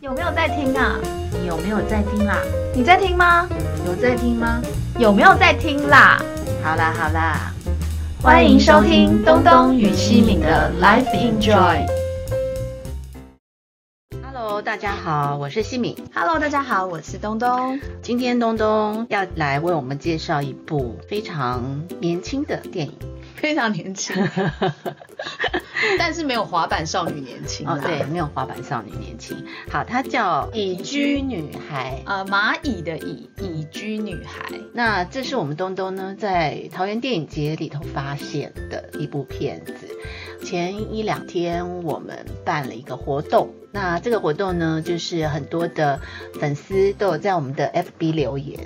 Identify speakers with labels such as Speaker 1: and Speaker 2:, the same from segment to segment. Speaker 1: 有没有在听啊？
Speaker 2: 你有没有在听啦？
Speaker 1: 你在听吗？
Speaker 2: 有在听吗？
Speaker 1: 有没有在听啦？
Speaker 2: 好啦好啦，
Speaker 1: 欢迎收听东东与西敏的 Life Enjoy。
Speaker 2: Hello，大家好，我是西敏。
Speaker 1: Hello，大家好，我是东东。
Speaker 2: 今天东东要来为我们介绍一部非常年轻的电影。
Speaker 1: 非常年轻， 但是没有滑板少女年轻、啊。
Speaker 2: 哦，对，没有滑板少女年轻。好，它叫《蚁居女孩》。
Speaker 1: 呃，蚂蚁的蚁，蚁居女孩。
Speaker 2: 那这是我们东东呢在桃园电影节里头发现的一部片子。前一两天我们办了一个活动，那这个活动呢，就是很多的粉丝都有在我们的 FB 留言，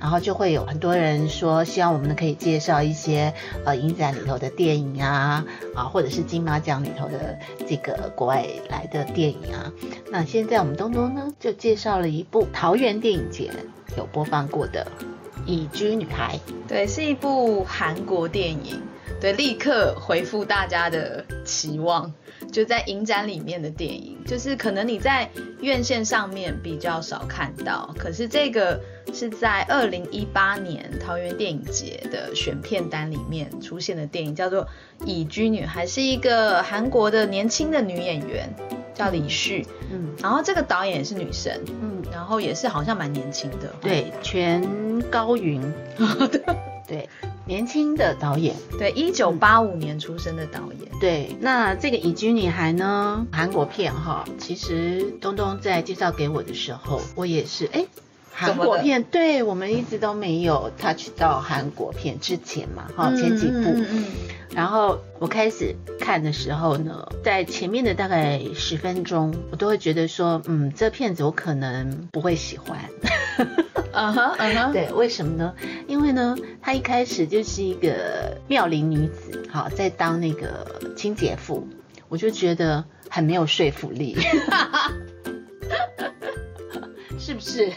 Speaker 2: 然后就会有很多人说，希望我们可以介绍一些呃影展里头的电影啊，啊或者是金马奖里头的这个国外来的电影啊。那现在我们东东呢就介绍了一部桃园电影节有播放过的《蚁居女孩》，
Speaker 1: 对，是一部韩国电影。对，立刻回复大家的期望，就在影展里面的电影，就是可能你在院线上面比较少看到，可是这个是在二零一八年桃园电影节的选片单里面出现的电影，叫做《蚁居女孩》，是一个韩国的年轻的女演员，叫李旭，
Speaker 2: 嗯，
Speaker 1: 然后这个导演也是女生，
Speaker 2: 嗯，
Speaker 1: 然后也是好像蛮年轻的，
Speaker 2: 对，全高 云，对，年轻的导演。
Speaker 1: 对，一九八五年出生的导演，
Speaker 2: 对，那这个《蚁居女孩》呢，韩国片哈，其实东东在介绍给我的时候，我也是哎。韩国片，对我们一直都没有 touch 到韩国片之前嘛，哈，前几部，
Speaker 1: 嗯嗯嗯
Speaker 2: 然后我开始看的时候呢，在前面的大概十分钟，我都会觉得说，嗯，这片子我可能不会喜欢。
Speaker 1: 嗯哼嗯哼，
Speaker 2: 对，为什么呢？因为呢，她一开始就是一个妙龄女子，好，在当那个清洁妇，我就觉得很没有说服力， 是不是？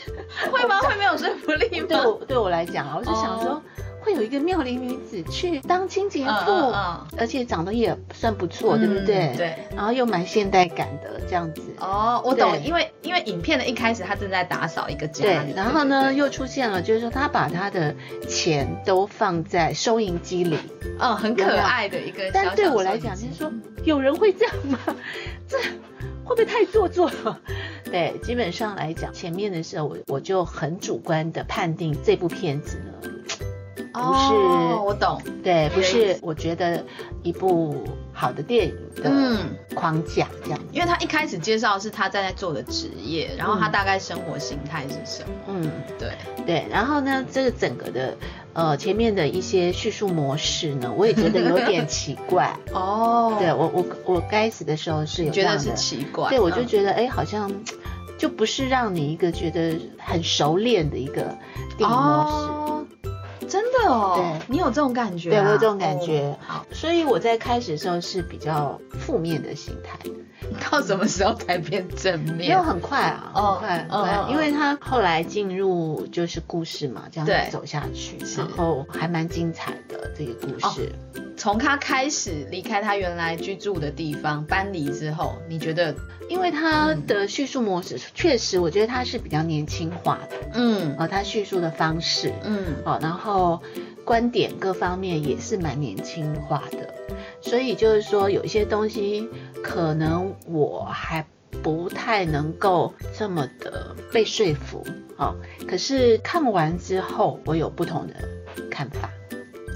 Speaker 1: 会吗？会没有说服力
Speaker 2: 对
Speaker 1: 吗？
Speaker 2: 我对我来讲啊，我就想说。
Speaker 1: 哦
Speaker 2: 会有一个妙龄女子去当清洁妇，
Speaker 1: 嗯嗯
Speaker 2: 而且长得也算不错，对不对？
Speaker 1: 嗯对。
Speaker 2: 然后又蛮现代感的这样子。
Speaker 1: 哦，我懂，
Speaker 2: 对
Speaker 1: 因为因为影片的一开始，他正在打扫一个家里
Speaker 2: 对，，然后呢，
Speaker 1: 对，
Speaker 2: 又出现了，就是说她把她的钱都放在收银机里，
Speaker 1: 对对嗯，很可爱的一个小小
Speaker 2: 但
Speaker 1: 手机，
Speaker 2: 对我来讲，就是说有人会这样吗？ 这会不会太做作了？ 对，基本上来讲，前面的时候我我就很主观的判定这部片子呢，
Speaker 1: 哦，我懂，
Speaker 2: 对，不
Speaker 1: 有意
Speaker 2: 是
Speaker 1: 思
Speaker 2: 我觉得一部好的电影的
Speaker 1: 嗯，
Speaker 2: 框架这样。
Speaker 1: 因为他一开始介绍是他在做的职业，然后他大概生活形态是什么，
Speaker 2: 嗯，
Speaker 1: 对，
Speaker 2: 对。然后呢，这个整个的呃前面的一些叙述模式呢，我也觉得有 点奇怪。
Speaker 1: 哦，
Speaker 2: 对，我我我开始的时候是有
Speaker 1: 觉
Speaker 2: 这样
Speaker 1: 得
Speaker 2: 的
Speaker 1: 是奇怪，
Speaker 2: 对，我
Speaker 1: 嗯
Speaker 2: 就觉得哎、好像就不是让你一个觉得很熟练的一个电影模式。
Speaker 1: 哦，真的哦
Speaker 2: 对，
Speaker 1: 你有这种感觉啊，
Speaker 2: 对我有这种感觉
Speaker 1: 哦好，
Speaker 2: 所以我在开始的时候是比较负面的心态，
Speaker 1: 到什么时候才变正
Speaker 2: 没
Speaker 1: 面
Speaker 2: 有？很快啊，
Speaker 1: 哦
Speaker 2: 很快很
Speaker 1: 哦
Speaker 2: 快，
Speaker 1: 哦哦
Speaker 2: 因为他后来进入就是故事嘛，这样子
Speaker 1: 对
Speaker 2: 走下去，
Speaker 1: 是哦
Speaker 2: 然后还蛮精彩的这个故事。
Speaker 1: 从他开始离开他原来居住的地方搬离之后，你觉得，
Speaker 2: 因为他
Speaker 1: 嗯
Speaker 2: 的叙述模式确实，我觉得他是比较年轻化的，
Speaker 1: 嗯
Speaker 2: 呃，他叙述的方式，
Speaker 1: 嗯
Speaker 2: 哦，然后观点各方面也是蛮年轻化的，所以就是说有一些东西可能我还不太能够这么的被说服哦，可是看完之后我有不同的看法。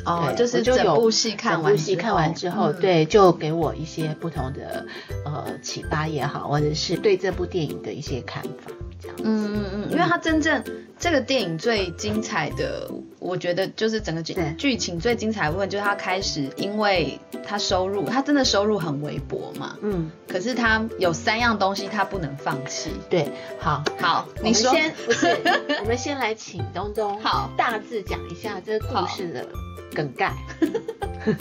Speaker 1: 哦，
Speaker 2: 对
Speaker 1: 就是
Speaker 2: 我就有
Speaker 1: 整部戏看完
Speaker 2: 整部戏看完之后，
Speaker 1: 嗯
Speaker 2: 对，就给我一些不同的呃启发也好，或者是对这部电影的一些看法，这样。
Speaker 1: 嗯嗯嗯，因为它真正这个电影最精彩的，我觉得就是整个剧
Speaker 2: 对
Speaker 1: 剧情最精彩的部分，就是他开始，因为他收入，他真的收入很微薄嘛，
Speaker 2: 嗯，
Speaker 1: 可是他有三样东西他不能放弃。
Speaker 2: 对，好，
Speaker 1: 好，
Speaker 2: 我
Speaker 1: 你
Speaker 2: 们
Speaker 1: 说，
Speaker 2: 先不是，我们先来请东东
Speaker 1: 好
Speaker 2: 大致讲一下这个故事的梗概。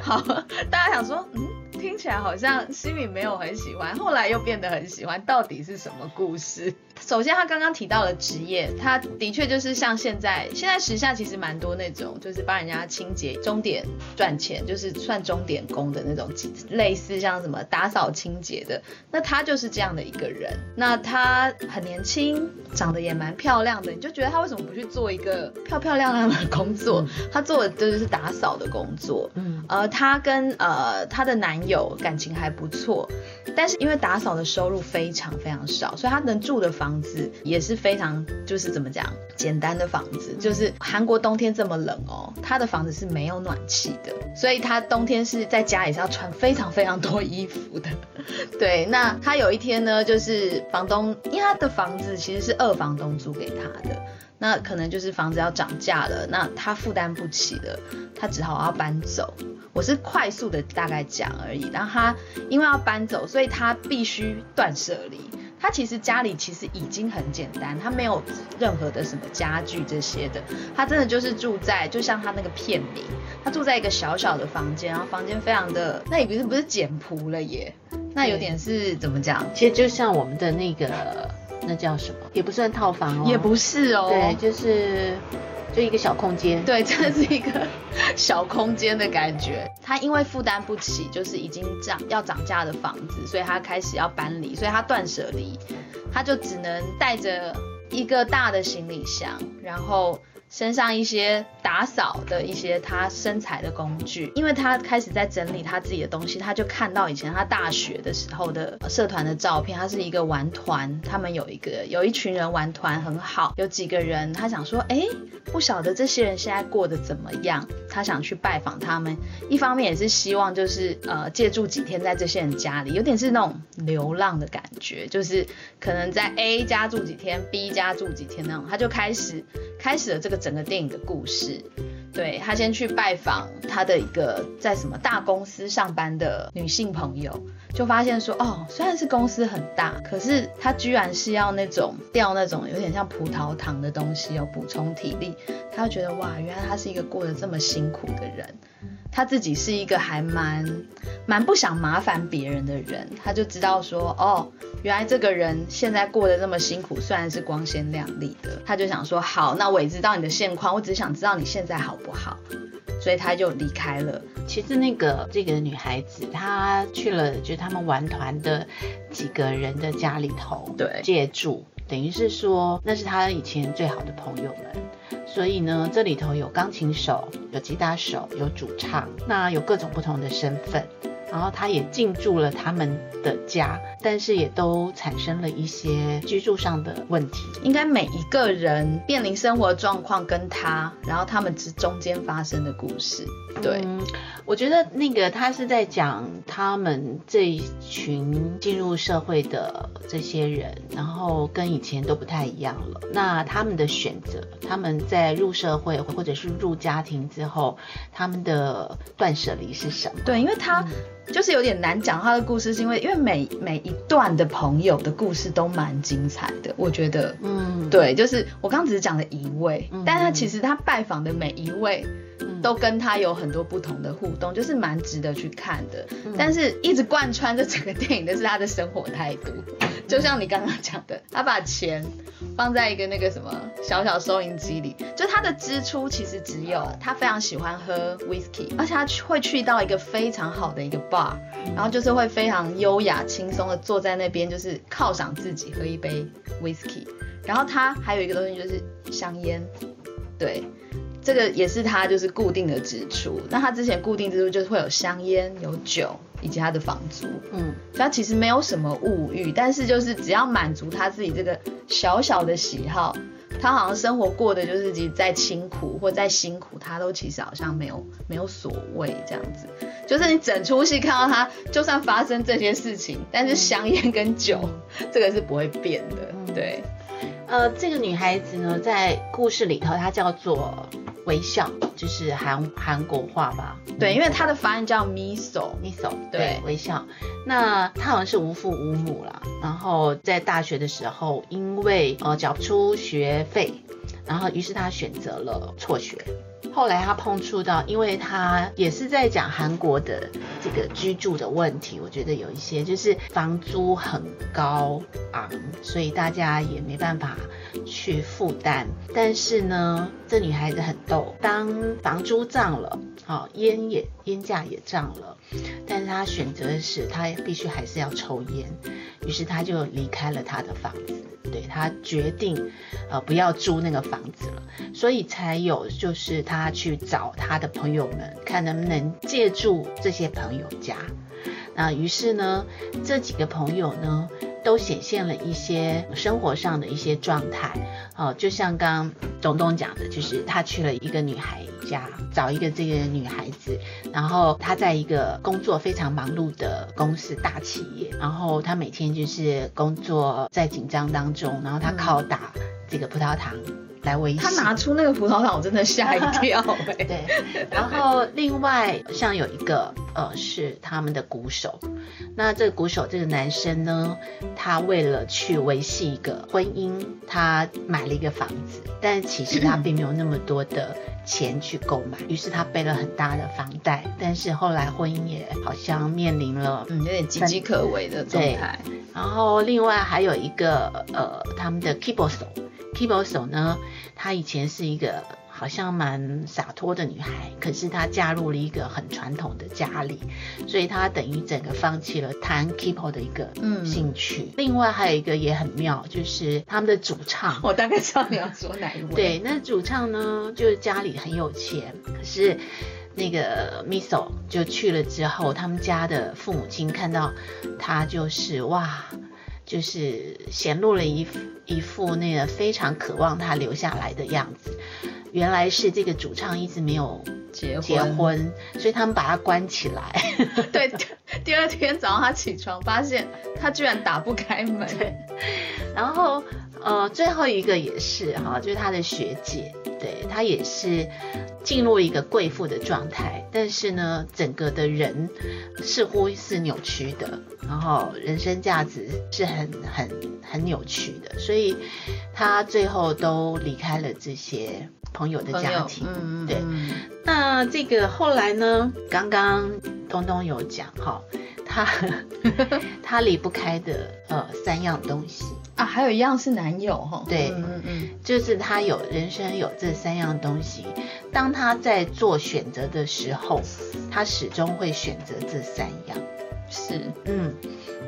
Speaker 1: 好，大家想说，嗯，听起来好像西米没有很喜欢，后来又变得很喜欢，到底是什么故事？首先，他刚刚提到了职业，他的确就是像现在，现在时下其实蛮多那种，就是帮人家清洁钟点赚钱，就是算钟点工的那种，类似像什么打扫清洁的。那他就是这样的一个人，那他很年轻，长得也蛮漂亮的，你就觉得他为什么不去做一个漂漂亮亮的工作？他做的就是打扫的工作。
Speaker 2: 嗯
Speaker 1: 呃，她跟呃她的男友感情还不错，但是因为打扫的收入非常非常少，所以她能住的房子也是非常就是怎么讲简单的房子，就是韩国冬天这么冷哦，她的房子是没有暖气的，所以她冬天是在家也是要穿非常非常多衣服的。对，那她有一天呢，就是房东，因为她的房子其实是二房东租给她的。那可能就是房子要涨价了，那她负担不起了，她只好要搬走。我是快速的大概讲而已。然后他因为要搬走，所以他必须断舍离。他其实家里其实已经很简单，他没有任何的什么家具这些的，他真的就是住在，就像他那个片名，他住在一个小小的房间，然后房间非常的，那也不是不是简朴了耶，那有点是怎么讲，
Speaker 2: 其实就像我们的那个那叫什么，也不算套房哦，
Speaker 1: 也不是哦，
Speaker 2: 对，就是就一个小空间，
Speaker 1: 对，真的是一个 小空间的感觉。他因为负担不起，就是已经涨要涨价的房子，所以他开始要搬离，所以他断舍离，他就只能带着一个大的行李箱，然后身上一些打扫的一些他身材的工具，因为他开始在整理他自己的东西，他就看到以前他大学的时候的呃社团的照片，他是一个玩团，他们有一个有一群人玩团很好，有几个人他想说，哎，不晓得这些人现在过得怎么样，他想去拜访他们，一方面也是希望就是呃借住几天在这些人家里，有点是那种流浪的感觉，就是可能在 A 家住几天，B 家住几天那种，他就开始开始了这个整个电影的故事。对他先去拜访他的一个在什么大公司上班的女性朋友，就发现说，哦，虽然是公司很大，可是他居然是要那种掉那种有点像葡萄糖的东西，哦，补充体力。他就觉得哇，原来他是一个过得这么辛苦的人，他自己是一个还蛮蛮不想麻烦别人的人，他就知道说，哦，原来这个人现在过得这么辛苦，虽然是光鲜亮丽的，他就想说，好，那我也知道你的现况，我只想知道你现在好不好，所以他就离开了。
Speaker 2: 其实那个这个女孩子，她去了就是他们玩团的几个人的家里头，
Speaker 1: 对
Speaker 2: 借住，等于是说那是她以前最好的朋友们。所以呢，这里头有钢琴手，有吉他手，有主唱，那有各种不同的身份。然后她也进驻了他们的家，但是也都产生了一些居住上的问题。
Speaker 1: 应该每一个人面临生活状况跟他，然后他们之中间发生的故事，对。
Speaker 2: 嗯，我觉得那个他是在讲他们这一群进入社会的这些人，然后跟以前都不太一样了。那他们的选择，他们在入社会或者是入家庭之后，他们的断舍离是什么？
Speaker 1: 对，因为他
Speaker 2: 嗯
Speaker 1: 就是有点难讲他的故事，是因为因为每每一段的朋友的故事都蛮精彩的，我觉得。
Speaker 2: 嗯，
Speaker 1: 对，就是我刚刚只是讲了一位，
Speaker 2: 嗯
Speaker 1: 但他其实他拜访的每一位
Speaker 2: 嗯
Speaker 1: 都跟他有很多不同的互动，就是蛮值得去看的。
Speaker 2: 嗯
Speaker 1: 但是一直贯穿这整个电影的是他的生活态度，
Speaker 2: 嗯
Speaker 1: 就像你刚刚讲的，他把钱放在一个那个什么小小收银机里，就他的支出其实只有他非常喜欢喝 whisky，而且他去会去到一个非常好的一个 bar，然
Speaker 2: 嗯
Speaker 1: 后就是会非常优雅轻松的坐在那边，就是犒赏自己喝一杯 whisky。然后他还有一个东西就是香烟，对，这个也是他就是固定的支出。那他之前固定支出就是会有香烟、有酒以及他的房租，
Speaker 2: 嗯，
Speaker 1: 所以他其实没有什么物欲，但是就是只要满足他自己这个小小的喜好，他好像生活过的就是自己再清苦或再辛苦，他都其实好像没有没有所谓这样子。就是你整出戏看到他，就算发生这些事情，但是香烟跟酒这个是不会变的，对。
Speaker 2: 呃，这个女孩子呢，在故事里头她叫做微笑，就是韩韩国话吧，
Speaker 1: 对，因为它的发音叫 miso。
Speaker 2: miso
Speaker 1: 对
Speaker 2: 微笑。那他好像是无父无母啦，然后在大学的时候，因为呃缴不出学费，然后于是他选择了辍学。后来他碰触到，因为他也是在讲韩国的这个居住的问题，我觉得有一些就是房租很高昂，所以大家也没办法去负担。但是呢，这女孩子很逗，当房租涨了，好、烟也烟价也涨了，但是她选择的是她必须还是要抽 烟，于是她就离开了她的房子，对她决定呃不要租那个房子了。所以才有就是他去找他的朋友们，看能不能借住这些朋友家。那于是呢，这几个朋友呢，都显现了一些生活上的一些状态。哦，就像刚刚东东讲的，就是他去了一个女孩家，找一个这个女孩子，然后他在一个工作非常忙碌的公司大企业，然后他每天就是工作在紧张当中，然后他靠打这个葡萄糖来维系。
Speaker 1: 嗯他拿出那个葡萄糖，我真的吓一 跳哎、
Speaker 2: 对，然后另外像有一个呃是他们的鼓手，那这个鼓手这个男生呢，他为了去维系一个婚姻，他买了一个房子，但其实他并没有那么多的钱去购买，于是他背了很大的房贷，但是后来婚姻也好像面临了
Speaker 1: 嗯，有点岌岌可危的状态。
Speaker 2: 然后另外还有一个呃，他们的 keyboard 手，keyboard 手呢，她以前是一个好像蛮洒脱的女孩，可是她嫁入了一个很传统的家里，所以她等于整个放弃了弹 keyboard 的一个
Speaker 1: 嗯
Speaker 2: 兴趣。另外还有一个也很妙，就是他们的主唱。
Speaker 1: 我大概知道你要说哪一位。，
Speaker 2: 对，那主唱呢，就是家里很有钱，可是那个 Miso 就去了之后，他们家的父母亲看到他就是哇，就是显露了一副一副那个非常渴望他留下来的样子。原来是这个主唱一直没有
Speaker 1: 结婚。
Speaker 2: 结婚，所以他们把他关起来。
Speaker 1: 对，第二天早上他起床发现他居然打不开门。
Speaker 2: 然后呃，最后一个也是哈、就是她的学姐，对她也是进入一个贵妇的状态，但是呢，整个的人似乎是扭曲的，然后人生价值是很很很扭曲的，所以她最后都离开了这些朋友的
Speaker 1: 朋
Speaker 2: 家
Speaker 1: 友，
Speaker 2: 庭。
Speaker 1: 嗯嗯，
Speaker 2: 对
Speaker 1: 嗯
Speaker 2: 那这个后来呢？刚刚东东有讲哈、他 他离不开的呃三样东西，
Speaker 1: 啊，还有一样是男友哈。
Speaker 2: 对
Speaker 1: 嗯嗯
Speaker 2: 就是他有人生有这三样东西，当他在做选择的时候，他始终会选择这三样。
Speaker 1: 嗯，是，
Speaker 2: 嗯，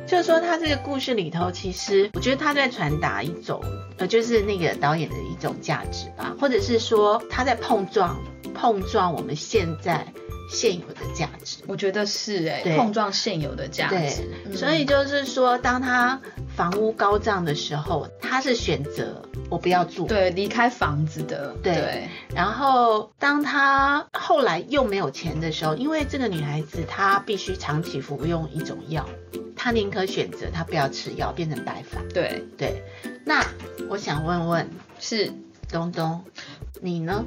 Speaker 2: 就是说他这个故事里头，其实我觉得他在传达一种，呃，就是那个导演的一种价值吧，或者是说他在碰撞碰撞我们现在现有的价值。
Speaker 1: 我觉得是哎、
Speaker 2: 对
Speaker 1: 碰撞现有的价
Speaker 2: 对
Speaker 1: 值，嗯
Speaker 2: 所以就是说，当他房屋高涨的时候，他是选择我不要住，
Speaker 1: 对离开房子的，
Speaker 2: 对然后，当她后来又没有钱的时候，因为这个女孩子她必须长期服用一种药，她宁可选择她不要吃药，变成白发。
Speaker 1: 对对
Speaker 2: 对，那我想问问
Speaker 1: 是
Speaker 2: 东东，你呢？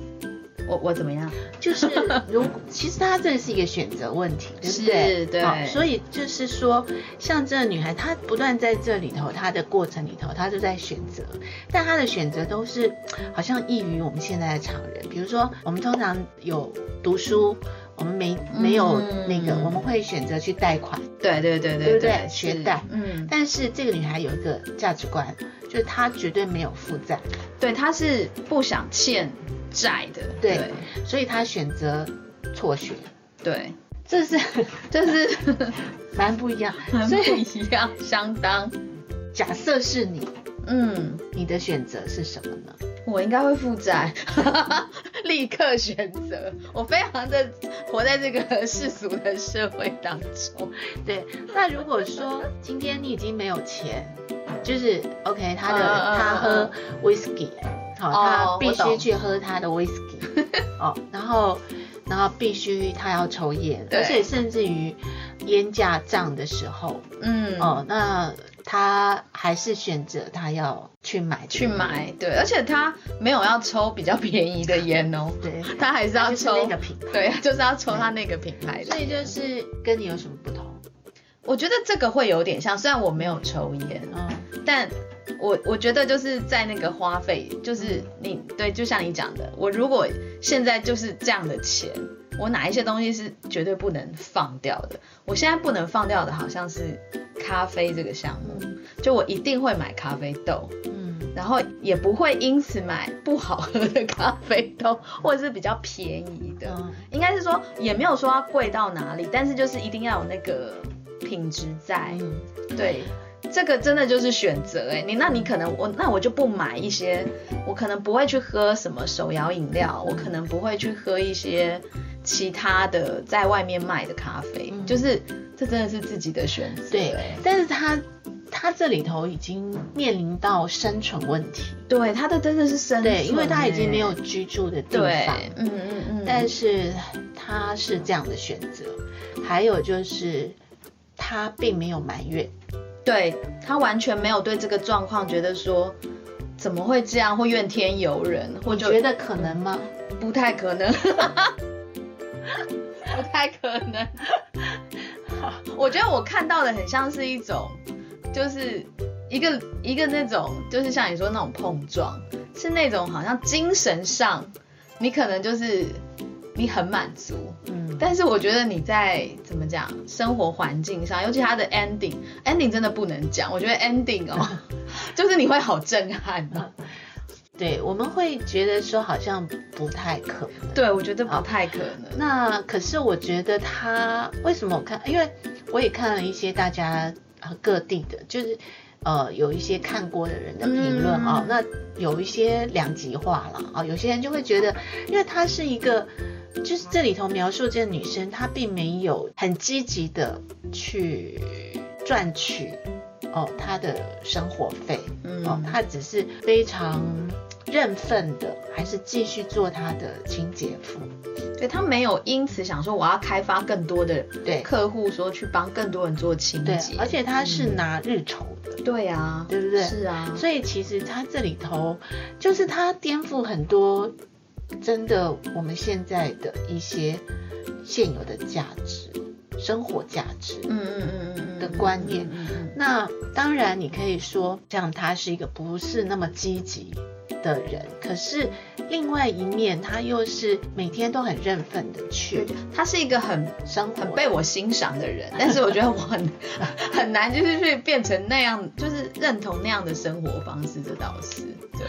Speaker 1: 我我怎么样？
Speaker 2: 就是 如其实她这是一个选择问题，对不对？
Speaker 1: 是对
Speaker 2: 好所以就是说，像这个女孩，她不断在这里头，她的过程里头，她就在选择，但她的选择都是好像异于我们现在的常人。比如说，我们通常有读书。我们没没有
Speaker 1: 嗯
Speaker 2: 那个，我们会选择去贷款，
Speaker 1: 对对对
Speaker 2: 对不
Speaker 1: 对
Speaker 2: 对
Speaker 1: 对，
Speaker 2: 学
Speaker 1: 是
Speaker 2: 贷
Speaker 1: 嗯，
Speaker 2: 但是这个女孩有一个价值观，就是她绝对没有负债，
Speaker 1: 对，他是不想欠债的，
Speaker 2: 对
Speaker 1: 对
Speaker 2: 所以她选择辍学，
Speaker 1: 对，
Speaker 2: 这是
Speaker 1: 这是
Speaker 2: 蛮不一样。所
Speaker 1: 所
Speaker 2: 以
Speaker 1: 以一啊样相当，
Speaker 2: 假设是你，
Speaker 1: 嗯，
Speaker 2: 你的选择是什么呢？
Speaker 1: 我应该会负债，立刻选择， 我非常的活在这个世俗的社会当中，
Speaker 2: 对，那如果说今天你已经没有钱，就是 OK，他的、
Speaker 1: 嗯嗯嗯
Speaker 2: 他喝 whisky，好、
Speaker 1: 哦
Speaker 2: 他必
Speaker 1: 我懂
Speaker 2: 须去喝他的 whisky，哦，然后然后必须他要抽烟，
Speaker 1: 对
Speaker 2: 而且甚至于烟价涨的时候，
Speaker 1: 嗯，
Speaker 2: 哦，那他还是选择他要去买
Speaker 1: 去，买，对，而且他没有要抽比较便宜的烟 哦，
Speaker 2: 对，
Speaker 1: 他还是要
Speaker 2: 就是
Speaker 1: 抽，
Speaker 2: 那个品牌，
Speaker 1: 对，就是要抽他那个品牌的
Speaker 2: 所。以就是跟你有什么不同？
Speaker 1: 我觉得这个会有点像，虽然我没有抽烟，
Speaker 2: 嗯，
Speaker 1: 但我我觉得就是在那个花费，就是你对，就像你讲的，我如果现在就是这样的钱，我哪一些东西是绝对不能放掉的？我现在不能放掉的好像是咖啡这个项目，就我一定会买咖啡豆，
Speaker 2: 嗯
Speaker 1: 然后也不会因此买不好喝的咖啡豆，或者是比较便宜的。
Speaker 2: 嗯
Speaker 1: 应该是说也没有说要贵到哪里，但是就是一定要有那个品质在。
Speaker 2: 嗯，
Speaker 1: 对，这个真的就是选择哎、你那你可能我那我就不买一些，我可能不会去喝什么手摇饮料，我可能不会去喝一些其他的在外面卖的咖啡，
Speaker 2: 嗯
Speaker 1: 就是这真的是自己的选择、
Speaker 2: 对
Speaker 1: 哎，
Speaker 2: 但是它它这里头已经面临到生存问题，
Speaker 1: 对，它的真的是生
Speaker 2: 对，因为
Speaker 1: 它
Speaker 2: 它已经没有居住的地
Speaker 1: 对
Speaker 2: 方，，
Speaker 1: 嗯嗯嗯，
Speaker 2: 但是他是这样的选择，还有就是他并没有埋怨，
Speaker 1: 对他完全没有对这个状况觉得说怎么会这样，或怨天尤人，或
Speaker 2: 我
Speaker 1: 者
Speaker 2: 觉得可能吗？
Speaker 1: 不太可能， 不太可能。 我觉得我看到的很像是一种，就是一个一个那种，就是像你说那种碰撞，是那种好像精神上，你可能就是你很满足，
Speaker 2: 嗯，
Speaker 1: 但是我觉得你在怎么讲生活环境上，尤其它的 ending，ending 真的不能讲。我觉得 ending 哦， 就是你会好震撼哦。
Speaker 2: 对，我们会觉得说好像不太可能。
Speaker 1: 对，我觉得不太可能。
Speaker 2: 那可是我觉得他为什么我看，因为我也看了一些大家呃各地的，就是呃有一些看过的人的评论啊、
Speaker 1: 嗯
Speaker 2: 那有一些两极化了啊、有些人就会觉得，因为她是一个，就是这里头描述这个女生，她并没有很积极的去赚取哦她的生活费，哦
Speaker 1: 嗯，，
Speaker 2: 他只是非常认份的，还是继续做他的清洁妇。
Speaker 1: 对他没有因此想说我要开发更多的
Speaker 2: 对
Speaker 1: 客户，说去帮更多人做清
Speaker 2: 对啊
Speaker 1: 洁，。
Speaker 2: 而且他是
Speaker 1: 嗯
Speaker 2: 拿日酬的，
Speaker 1: 对啊，
Speaker 2: 对不对
Speaker 1: 是啊，
Speaker 2: 所以其实他这里头就是他颠覆很多真的我们现在的一些现有的价值、生活价值。
Speaker 1: 嗯嗯嗯嗯嗯
Speaker 2: 的观念
Speaker 1: 嗯嗯
Speaker 2: 那当然，你可以说像他是一个不是那么积极的人，可是另外一面，他又是每天都很认份的去
Speaker 1: 嗯他是一个很
Speaker 2: 生活，
Speaker 1: 很被我欣赏的人，但是我觉得我很 很难，就是去变成那样，就是认同那样的生活方式，这倒是对。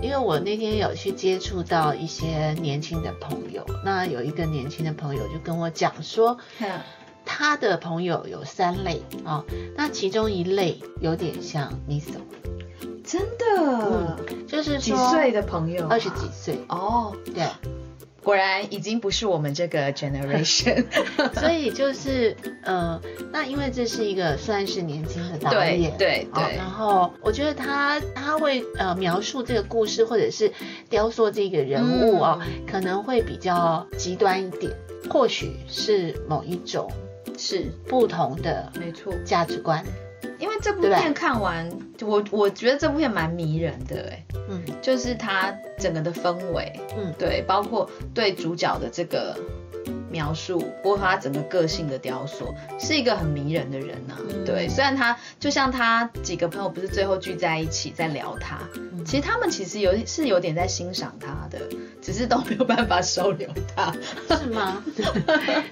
Speaker 2: 因为我那天有去接触到一些年轻的朋友，那有一个年轻的朋友就跟我讲说，他的朋友有三类啊、那其中一类有点像 Miso，
Speaker 1: 真的，
Speaker 2: 就是
Speaker 1: 几
Speaker 2: 嗯说
Speaker 1: 岁的朋友、啊
Speaker 2: 二十几。岁，
Speaker 1: 哦，
Speaker 2: 对，
Speaker 1: 果然已经不是我们这个 generation。
Speaker 2: 所以就是呃，那因为这是一个算是年轻的导
Speaker 1: 对
Speaker 2: 演，
Speaker 1: 对
Speaker 2: 哦
Speaker 1: 对
Speaker 2: 然，后我觉得他他会呃描述这个故事或者是雕塑这个人物
Speaker 1: 嗯
Speaker 2: 哦，可能会比较极端一点，或许是某一种
Speaker 1: 是
Speaker 2: 不同的
Speaker 1: 没错。
Speaker 2: 价值观。
Speaker 1: 因为这部
Speaker 2: 对吧
Speaker 1: 片看完，我我觉得这部片蛮迷人的哎、
Speaker 2: 嗯，
Speaker 1: 就是它整个的氛围，
Speaker 2: 嗯
Speaker 1: 对，包括对主角的这个描述，包括他整个个性的雕塑，是一个很迷人的人呐、
Speaker 2: 嗯
Speaker 1: 对，虽然他就像他几个朋友不是最后聚在一起在聊他，
Speaker 2: 嗯
Speaker 1: 其实他们其实有是有点在欣赏他的，只是都没有办法收留他，
Speaker 2: 是 吗？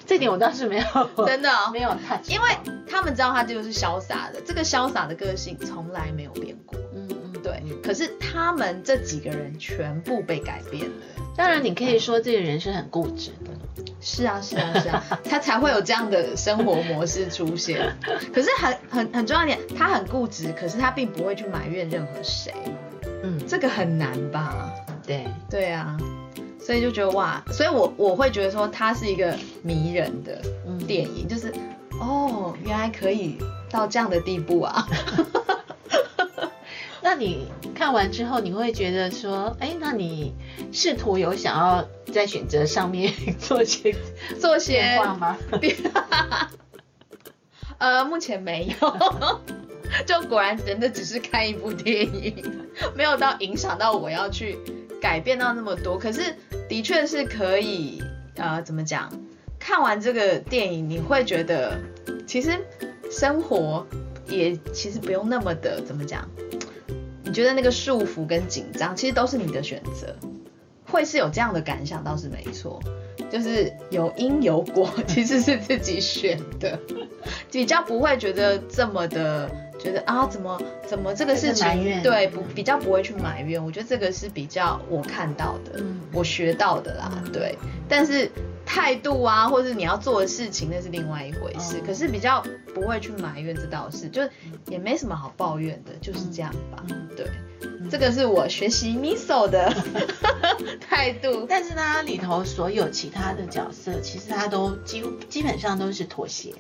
Speaker 2: 这点我倒是没有，
Speaker 1: 真的哦、
Speaker 2: 嗯没有 touch，
Speaker 1: 因为他们知道他就是潇洒的，这个潇洒的个性从来没有变过。
Speaker 2: 嗯嗯
Speaker 1: 对，可是他们这几个人全部被改变了。
Speaker 2: 当然你可以说这个人是很固执的，
Speaker 1: 是啊，是 啊，是啊，他才会有这样的生活模式出 现。可是很很很重要一点，他很固执，可是他并不会去埋怨任何谁，
Speaker 2: 嗯，
Speaker 1: 这个很难吧？
Speaker 2: 对，
Speaker 1: 对啊，所以就觉得哇，所以我我会觉得说他是一个迷人的
Speaker 2: 嗯
Speaker 1: 电影，就是哦，原来可以到这样的地步 啊。
Speaker 2: 那你看完之后，你会觉得说，哎，那你试图有想要在选择上面 做些
Speaker 1: 做些
Speaker 2: 变化吗？
Speaker 1: 呃，目前没有。 就果然人的只是看一部电影， 没有到影响到我要去改变到那么多。可是的确是可以，呃，怎么讲？看完这个电影，你会觉得其实生活也其实不用那么的怎么讲，觉得那个束缚跟紧张，其实都是你的选择，会是有这样的感想，倒是没错，就是有因有果，其实是自己选的， 比较不会觉得这么的觉得啊，怎么怎么这个事
Speaker 2: 埋
Speaker 1: 情
Speaker 2: 怨
Speaker 1: 对不比较不会去埋怨，我觉得这个是比较我看到的，
Speaker 2: 嗯
Speaker 1: 我学到的啦，对，但是。态度啊，或者你要做的事情，那是另外一回事。
Speaker 2: 哦
Speaker 1: 可是比较不会去埋怨这道事，就是也没什么好抱怨的，就是这样吧。
Speaker 2: 嗯
Speaker 1: 对，这个是我学习 miso 的态度。
Speaker 2: 但是它里头所有其他的角色，其实它都几乎基本上都是妥协，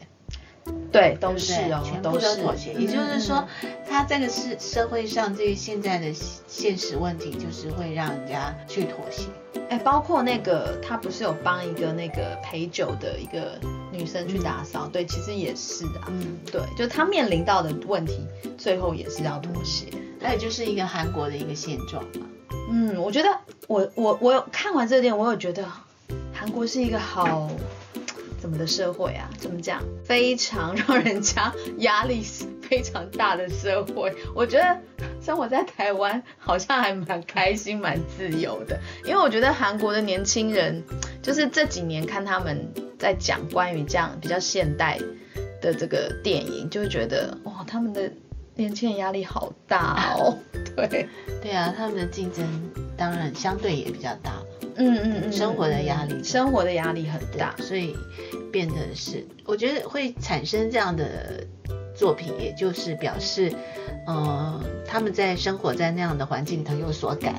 Speaker 1: 对，都
Speaker 2: 对不
Speaker 1: 是
Speaker 2: 对
Speaker 1: 哦，
Speaker 2: 全部
Speaker 1: 是嗯
Speaker 2: 都妥协。也就是嗯说，，它这个是社会上对于现在的现实问题，就是会让人家去妥协。
Speaker 1: 嗯哎、包括那个他不是有帮一个那个陪酒的一个女生去打扫，对，其实也是啊。
Speaker 2: 嗯，
Speaker 1: 对，就他面临到的问题，最后也是要妥协。
Speaker 2: 那也就是一个韩国的一个现状嘛。
Speaker 1: 嗯，我觉得我我我有看完这点，我有觉得韩国是一个好怎么的社会啊？怎么讲？非常让人家压力非常大的社会。我觉得生活在台湾好像还蛮开心、蛮自由的，因为我觉得韩国的年轻人，就是这几年看他们在讲关于这样比较现代的这个电影，就会觉得哇，他们的年轻人压力好大哦。 对。
Speaker 2: 对啊，他们的竞争当然相对也比较大嘛。
Speaker 1: 嗯嗯嗯，
Speaker 2: 生活的压力
Speaker 1: 生活的压力很
Speaker 2: 对啊
Speaker 1: 大，，
Speaker 2: 所以变得是，我觉得会产生这样的作品，也就是表示，呃，他们在生活在那样的环境里头有所感，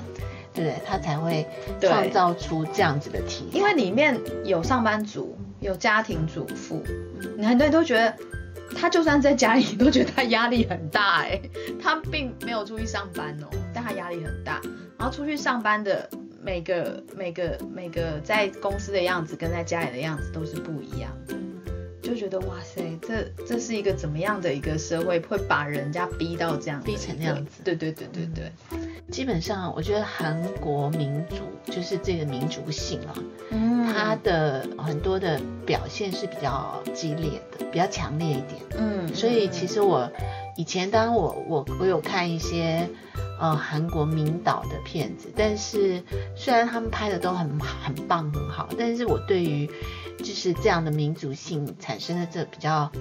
Speaker 2: 对不对？他才会
Speaker 1: 对
Speaker 2: 创造出这样子的题材。
Speaker 1: 因为里面有上班族，有家庭主妇，你很多人都觉得他就算在家里，都觉得他压力很大哎、他并没有出去上班哦，但他压力很大。然后出去上班的每个每个每个在公司的样子跟在家里的样子都是不一样的，就觉得哇塞，这这是一个怎么样的一个社会，会把人家逼到这样的一个，
Speaker 2: 逼成那样子
Speaker 1: 对对对对对，
Speaker 2: 基本上，我觉得韩国民族就是这个民族性啊，
Speaker 1: 嗯
Speaker 2: 它的很多的表现是比较激烈的，比较强烈一点。
Speaker 1: 嗯
Speaker 2: 所以其
Speaker 1: 实。
Speaker 2: 实我以前当我我我有看一些呃韩国名导的片子，但是虽然他们拍的都很很棒很好，但是我对于就是这样的民族性产生的这比较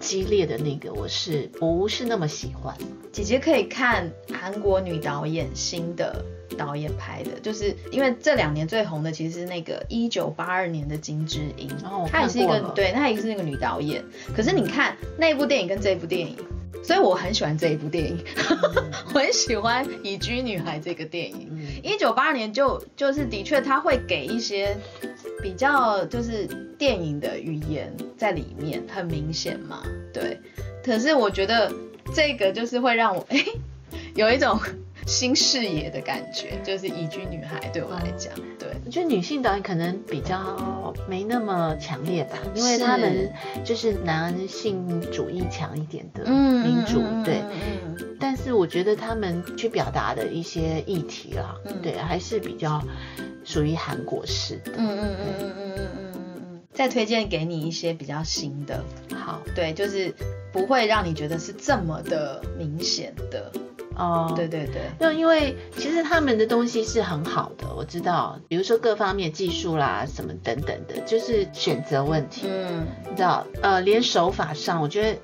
Speaker 2: 激烈的那个，我是不是那么喜欢？
Speaker 1: 姐姐可以看韩国女导演新的导演拍的，就是因为这两年最红的其实是那个一九八二年的金智英，
Speaker 2: 哦我
Speaker 1: 她也是一
Speaker 2: 看
Speaker 1: 个
Speaker 2: 过了
Speaker 1: 对，她也是那个女导演。可是你看那一部电影跟这一部电影，所以我很喜欢这一部电影， 我很喜欢《移居女孩》这个电影。
Speaker 2: 嗯，
Speaker 1: 一九八二年就就是的确，他会给一些比较就是电影的语言在里面，很明显嘛，对。可是我觉得这个就是会让我哎、有一种新视野的感觉，就是移居女孩对我来讲，对，
Speaker 2: 我觉得女性导演可能比较没那么强烈吧，因为
Speaker 1: 是
Speaker 2: 他们就是男性主义强一点的
Speaker 1: 嗯
Speaker 2: 民族，对。
Speaker 1: 嗯嗯
Speaker 2: 但是我觉得他们去表达的一些议题啦，
Speaker 1: 嗯
Speaker 2: 对，还是比较属于韩国式的。
Speaker 1: 嗯嗯嗯嗯嗯嗯嗯嗯嗯，再推荐给你一些比较新的，
Speaker 2: 好，
Speaker 1: 对，就是不会让你觉得是这么的明显的，
Speaker 2: 哦、
Speaker 1: 对。对对，
Speaker 2: 那因为其实他们的东西是很好的，我知道，比如说各方面技术啦，什么等等的，就是选择问题，
Speaker 1: 嗯。
Speaker 2: 你知道，呃，连手法上，我觉得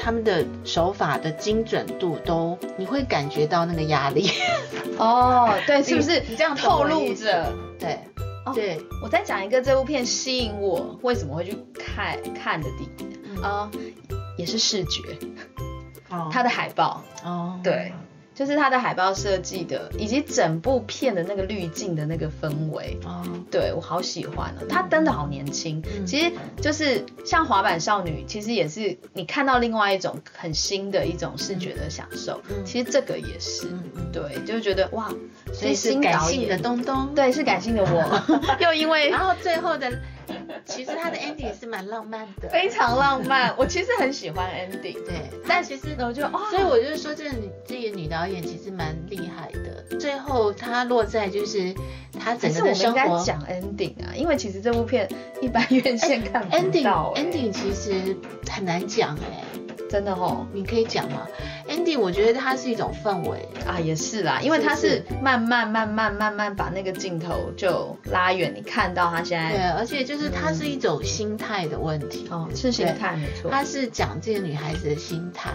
Speaker 2: 他们的手法的精准度都，你会感觉到那个压力，
Speaker 1: 哦，对，是不是
Speaker 2: 哎你这样懂
Speaker 1: 透
Speaker 2: 我的
Speaker 1: 露
Speaker 2: 意思
Speaker 1: 着？
Speaker 2: 对，
Speaker 1: 哦
Speaker 2: 对，
Speaker 1: 我再讲一个这部片吸引我为什么会去看看的地
Speaker 2: 嗯
Speaker 1: 啊、也是视觉，
Speaker 2: 哦
Speaker 1: 它的海报，
Speaker 2: 哦，
Speaker 1: 对，就是它的海报设计的，以及整部片的那个滤镜的那个氛围。
Speaker 2: 哦，
Speaker 1: 对我好喜欢哦，她真的好年轻。
Speaker 2: 嗯
Speaker 1: 其实就是像滑板少女，其实也是你看到另外一种很新的一种视觉的享受。
Speaker 2: 嗯
Speaker 1: 其实这个也是，
Speaker 2: 嗯嗯
Speaker 1: 对，就觉得哇，
Speaker 2: 所以是
Speaker 1: 新
Speaker 2: 感
Speaker 1: 导
Speaker 2: 性
Speaker 1: 演
Speaker 2: 的东东，
Speaker 1: 对，是感性的我， 又因为
Speaker 2: 然后最后的，其实他的 ending 也是蛮浪漫的。
Speaker 1: 非常浪漫，我其实很喜欢 ending，
Speaker 2: 对，
Speaker 1: 但其实我就哇，
Speaker 2: 所以我就说，这个女这个女导演其实蛮厉害的。最后她落在就是她
Speaker 1: 可
Speaker 2: 整
Speaker 1: 是
Speaker 2: 个
Speaker 1: 我
Speaker 2: 的
Speaker 1: 们应
Speaker 2: 生
Speaker 1: 该
Speaker 2: 活
Speaker 1: 讲 ending 啊，因为其实这部片一般院线看不
Speaker 2: ending
Speaker 1: 到、欸、
Speaker 2: ending 其实很难讲哎、
Speaker 1: 真的吼，哦
Speaker 2: 你可以讲吗？ending 地我觉得它是一种氛围，
Speaker 1: 啊，也是啦，因为它
Speaker 2: 是
Speaker 1: 是慢慢慢慢慢慢把那个镜头就拉远，你看到它现
Speaker 2: 对，
Speaker 1: 在
Speaker 2: 而且就是它是一种心态的问题，
Speaker 1: 哦是形
Speaker 2: 对
Speaker 1: 态没错，
Speaker 2: 它是讲这个女孩子的心态，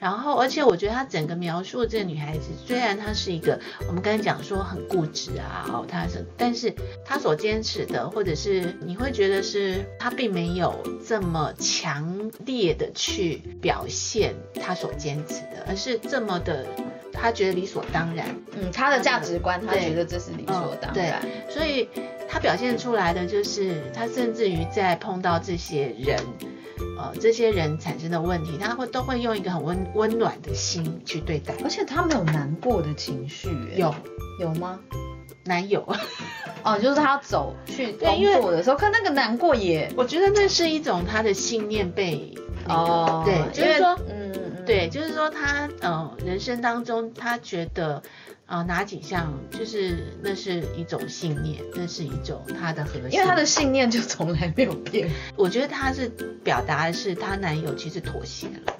Speaker 2: 然后而且我觉得她整个描述这个女孩子，虽然她是一个我们刚才讲说很固执啊，哦，她是，但是她所坚持的，或者是你会觉得是她并没有这么强烈的去表现她所坚持的，而是这么的，她觉得理所当然，
Speaker 1: 嗯，他的价值观，他
Speaker 2: 对
Speaker 1: 觉得这是理所当然，
Speaker 2: 所以他表现出来的就是，他甚至于在碰到这些人，呃，这些人产生的问题，他会都会用一个很温温暖的心去对待。
Speaker 1: 而且他没有难过的情绪，哎
Speaker 2: 有
Speaker 1: 有吗？
Speaker 2: 男友，
Speaker 1: 哦，就是他走去
Speaker 2: 对因为
Speaker 1: 工作的时候，看那个难过也
Speaker 2: 我觉得那是一种他的信念被那个
Speaker 1: 哦，
Speaker 2: 对，就
Speaker 1: 因
Speaker 2: 是
Speaker 1: 为
Speaker 2: 说，
Speaker 1: 嗯，嗯
Speaker 2: 对，，就是说他呃人生当中，他觉得呃哪几项就是那是一种信念，那是一种他的核心，
Speaker 1: 因为他的信念就从来没有 变。
Speaker 2: 我觉得他是表达的是她男友其实妥协了。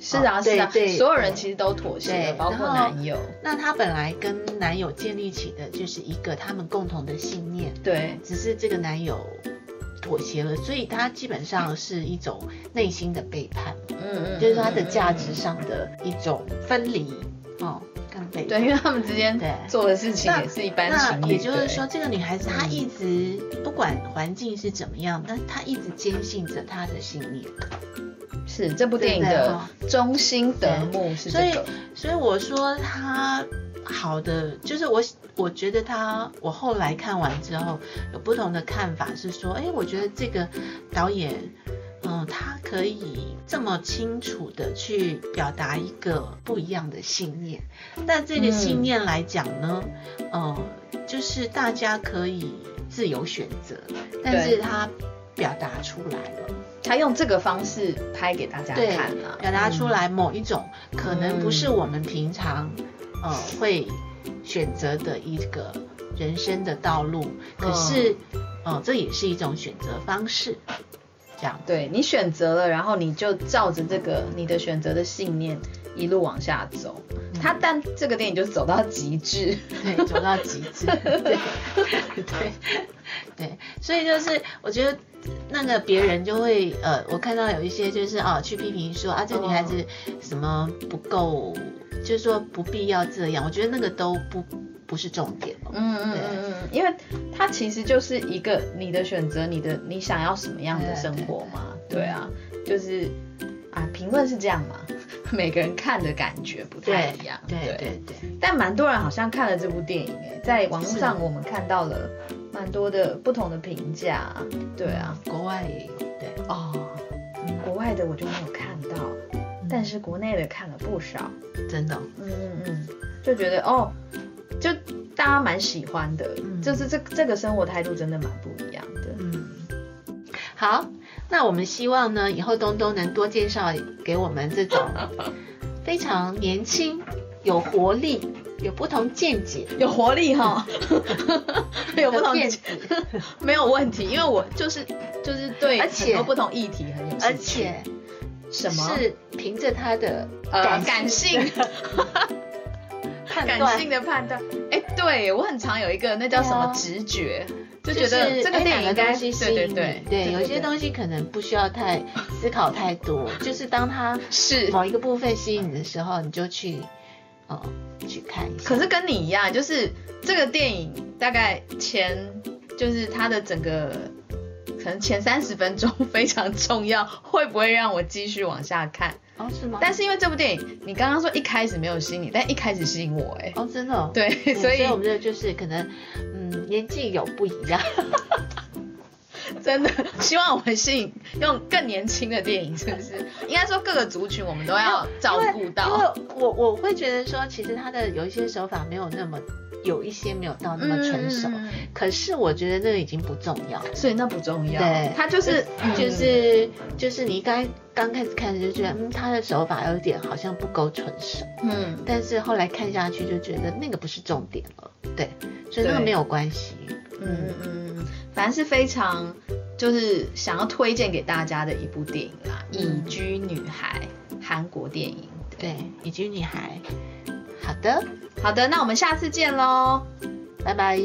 Speaker 1: 是啊，
Speaker 2: 哦
Speaker 1: 是啊
Speaker 2: 对对，
Speaker 1: 所有人其实都妥协
Speaker 2: 对
Speaker 1: 了，包括
Speaker 2: 然后
Speaker 1: 男友。
Speaker 2: 那她本来跟男友建立起的就是一个他们共同的信念，
Speaker 1: 对，
Speaker 2: 只是这个男友妥协了，所以她基本上是一种内心的背叛，
Speaker 1: 嗯嗯，
Speaker 2: 就是她的价
Speaker 1: 嗯。嗯嗯
Speaker 2: 值上的一种分离，哦，跟背
Speaker 1: 对，
Speaker 2: 叛。
Speaker 1: 因为他们之间
Speaker 2: 对
Speaker 1: 做的事情也是一般情
Speaker 2: 那
Speaker 1: 侣。
Speaker 2: 也就是
Speaker 1: 对
Speaker 2: 说，，这个女孩子她一直不管环境是怎么样，但她一直坚信着她的信念。
Speaker 1: 是这部电影
Speaker 2: 对不对
Speaker 1: 的
Speaker 2: 哈
Speaker 1: 中心得目是这个。
Speaker 2: 所以我说他好的，就是我我觉得他，我后来看完之后有不同的看法，是说，哎，我觉得这个导演，嗯，他可以这么清楚的去表达一个不一样的信念。那这个信念来讲呢，嗯、就是大家可以自由选择，但是他表达出来了。
Speaker 1: 他用这个方式拍给大家
Speaker 2: 对
Speaker 1: 看啊，
Speaker 2: 表达出
Speaker 1: 嗯。
Speaker 2: 来某一种可能不是我们平常、呃会选择的一个人生的道路，可是、呃这也是一种选择方式，这样
Speaker 1: 对你选择了，然后你就照着这个你的选择的信念一路往下走。
Speaker 2: 嗯
Speaker 1: 他但这个电影就走到极致，
Speaker 2: 对走到极致，对对对，所以就是我觉得。那个别人就会呃，我看到有一些就是哦，去批评说啊，这女孩子什么不够，就是说不必要这样。我觉得那个都不不是重点哦。
Speaker 1: 嗯嗯嗯嗯，因为它其实就是一个你的选择，你的你想要什么样的生活嘛，
Speaker 2: 对对对
Speaker 1: 对啊，就是啊，评论是这样嘛， 每个人看的感觉不太一样，
Speaker 2: 对对对
Speaker 1: 但蛮多人好像看了这部电影、诶，在网络
Speaker 2: 是
Speaker 1: 上我们看到了蛮多的不同的评价，对啊，，
Speaker 2: 国外也有对，
Speaker 1: 哦，国外的我就没有看到，但是国内的看了不少，
Speaker 2: 嗯真的哦、
Speaker 1: 嗯嗯嗯，就觉得哦，就大家蛮喜欢的，
Speaker 2: 嗯
Speaker 1: 就是这这个生活态度真的蛮不一样的。
Speaker 2: 嗯，好，那我们希望呢，以后东东能多介绍给我们 这种非常年轻、有活力、有不同见解
Speaker 1: 有活力 哈，有不
Speaker 2: 的
Speaker 1: 同
Speaker 2: 骗子，
Speaker 1: 没有问题，因为我就是就是对
Speaker 2: 而
Speaker 1: 很
Speaker 2: 且
Speaker 1: 多不同议题很有
Speaker 2: 而
Speaker 1: 兴趣，
Speaker 2: 且
Speaker 1: 什么
Speaker 2: 是凭着他的
Speaker 1: 呃
Speaker 2: 感
Speaker 1: 感性
Speaker 2: 判
Speaker 1: 感
Speaker 2: 断
Speaker 1: 性的判断，哎，对我很常有一个那叫什么
Speaker 2: 对啊
Speaker 1: 直觉，就觉
Speaker 2: 是
Speaker 1: 得这个
Speaker 2: 哎
Speaker 1: 电
Speaker 2: 哪
Speaker 1: 影应
Speaker 2: 个
Speaker 1: 该
Speaker 2: 东西吸
Speaker 1: 对对
Speaker 2: 引你
Speaker 1: 对
Speaker 2: 对，有些
Speaker 1: 西
Speaker 2: 东西可能不需要太思考太多，就是当他
Speaker 1: 是
Speaker 2: 某一个部分吸引你的时候，你就去，哦，去看一下。
Speaker 1: 可是跟你一样，就是这个电影大概前就是它的整个可能前三十分钟非常重要，会不会让我继续往下看？
Speaker 2: 哦，是吗？
Speaker 1: 但是因为这部电影，你刚刚说一开始没有吸引你，但一开始吸引我、哎，
Speaker 2: 哦，真的、哦，
Speaker 1: 对
Speaker 2: 嗯，
Speaker 1: 所
Speaker 2: 所
Speaker 1: 以
Speaker 2: 以我们这就是可能，嗯，年纪有不一样，
Speaker 1: 真的希望我们吸引用更年轻的电影，是不是？应该说各个族群我们都要照顾
Speaker 2: 因
Speaker 1: 到。
Speaker 2: 为因为我我会觉得说，其实他的有一些手法没有那么，有一些没有到那么成熟，
Speaker 1: 嗯嗯嗯
Speaker 2: 可是我觉得那个已经不重要了。
Speaker 1: 所以那不重要，
Speaker 2: 对，
Speaker 1: 它就是
Speaker 2: 就
Speaker 1: 嗯
Speaker 2: 是就是你刚刚开始看就觉得，嗯，他的手法有点好像不够纯熟，
Speaker 1: 嗯，
Speaker 2: 但是后来看下去就觉得那个不是重点了，对，所以那个
Speaker 1: 对
Speaker 2: 没有关系，
Speaker 1: 嗯嗯嗯，反正是非常就是想要推荐给大家的一部电影啦，
Speaker 2: 嗯
Speaker 1: 蚁居女孩》韩国电影。对
Speaker 2: 对，野菊女孩。好的，
Speaker 1: 好的，那我们下次见喽。
Speaker 2: 拜拜。